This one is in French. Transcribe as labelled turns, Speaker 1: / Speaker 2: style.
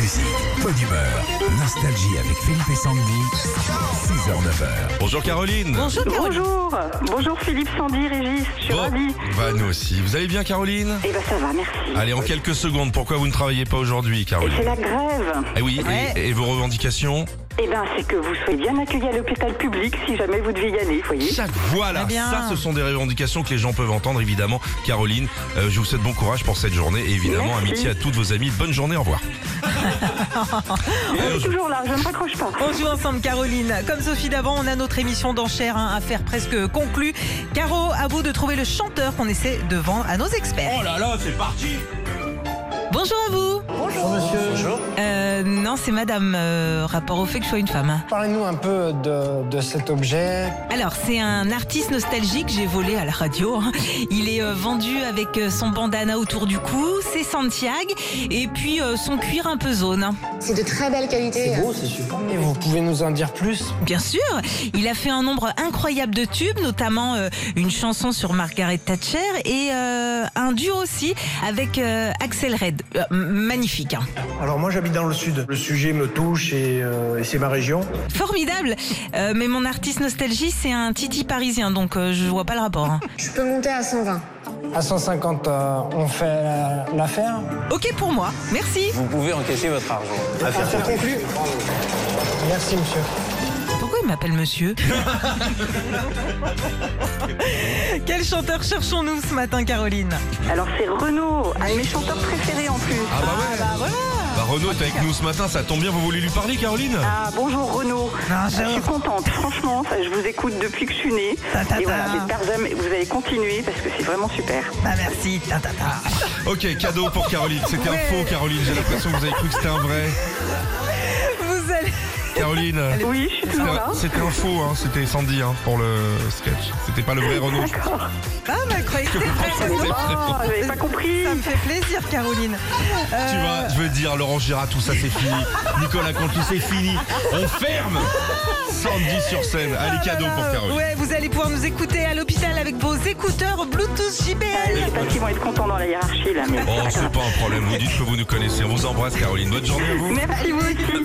Speaker 1: musique, bonne humeur, nostalgie avec Philippe et Sandy. 6h-9h.
Speaker 2: Bonjour Caroline.
Speaker 3: Bonjour Caroline.
Speaker 4: Bonjour, bonjour Philippe Sandy, Régis, je suis
Speaker 2: Bon,
Speaker 4: ravie.
Speaker 2: bah nous aussi. Vous allez bien Caroline
Speaker 4: Eh ben ça va, merci.
Speaker 2: Allez, en quelques secondes, pourquoi vous ne travaillez pas aujourd'hui
Speaker 4: C'est
Speaker 2: Caroline
Speaker 4: la grève.
Speaker 2: Eh oui,
Speaker 3: Ouais.
Speaker 2: et, et vos revendications
Speaker 4: Eh ben c'est que vous soyez bien accueillis à l'hôpital public si jamais vous devez y aller, voyez.
Speaker 2: Chaque voilà,
Speaker 3: Très bien.
Speaker 2: ça ce sont des revendications que les gens peuvent entendre évidemment. Caroline, euh, je vous souhaite bon courage pour cette journée et évidemment
Speaker 4: Merci.
Speaker 2: amitié à toutes vos amies. Bonne journée, au revoir.
Speaker 4: Je suis toujours là, je ne me raccroche pas.
Speaker 3: On joue ensemble Caroline. Comme Sophie d'avant, on a notre émission d'enchères hein, à faire presque conclue. Caro, à vous de trouver le chanteur qu'on essaie de vendre à nos experts.
Speaker 2: Oh là là, c'est parti
Speaker 3: Bonjour à vous.
Speaker 5: Bonjour monsieur. Bonjour.
Speaker 3: Euh, non, c'est madame, euh, rapport au fait que je sois une femme.
Speaker 5: Parlez-nous un peu de, de cet objet.
Speaker 3: Alors, c'est un artiste nostalgique, j'ai volé à la radio. hein. Il est euh, vendu avec euh, son bandana autour du cou, c'est Santiago, et puis euh, son cuir un peu hein. zone.
Speaker 6: C'est de très belle qualité.
Speaker 5: c'est super. Et vous pouvez nous en dire plus
Speaker 3: Bien sûr, il a fait un nombre incroyable de tubes, notamment euh, une chanson sur Margaret Thatcher et euh, un duo aussi avec euh, Axel Red. Euh, m- magnifique. hein.
Speaker 7: Alors moi j'habite dans le sud. Le sujet me touche et, euh, et c'est ma région.
Speaker 3: Formidable. Euh, mais mon artiste nostalgie, c'est un titi parisien, donc euh, je vois pas le rapport. hein.
Speaker 6: Je peux monter à 120.
Speaker 5: À 150, euh, on fait euh, l'affaire.
Speaker 3: Ok pour moi. Merci.
Speaker 8: Vous pouvez encaisser votre argent.
Speaker 5: Affaire conclue. Merci monsieur.
Speaker 3: Pourquoi il m'appelle monsieur Quel chanteur cherchons-nous ce matin, Caroline
Speaker 4: Alors c'est Renaud, un de mes chanteurs préférés en plus.
Speaker 2: Ah bah ouais
Speaker 3: Ah voilà.
Speaker 2: Bah Renaud est avec nous ce matin, ça tombe bien, vous voulez lui parler Caroline
Speaker 4: Ah bonjour Renaud, je suis contente, franchement, ça, je vous écoute depuis que je suis née.
Speaker 3: Ta, ta, ta.
Speaker 4: Et voilà, j'espère jamais- vous allez continuer parce que c'est vraiment super.
Speaker 3: Ah merci. Ta, ta, ta.
Speaker 2: Ok, cadeau pour Caroline. C'était un faux Caroline, j'ai l'impression que vous avez cru que c'était un vrai.
Speaker 3: Vous allez.
Speaker 2: Caroline
Speaker 4: Oui, je suis toujours là.
Speaker 2: c'était- C'était un faux, hein. c'était Sandy hein, pour le sketch. C'était pas le vrai Renaud.
Speaker 3: Ah, bah, croyez que c'était vrai.
Speaker 4: Ah, j'avais pas compris.
Speaker 3: Ça me fait plaisir, Caroline. Euh,
Speaker 2: Tu vois, je veux dire, Laurent Gérard, tout ça c'est fini. Nicolas Conti, c'est fini. On ferme Sandy sur scène. Allez, cadeau pour
Speaker 3: euh,
Speaker 2: Caroline.
Speaker 3: Ouais, vous allez pouvoir nous écouter à l'hôpital avec vos écouteurs Bluetooth
Speaker 4: Je
Speaker 3: JBL.
Speaker 4: sais pas s'ils vont être contents dans la hiérarchie là, mais.
Speaker 2: Oh, c'est pas un problème. Vous dites que vous nous connaissez. On vous embrasse, Caroline. Bonne journée à vous.
Speaker 4: Merci vous aussi.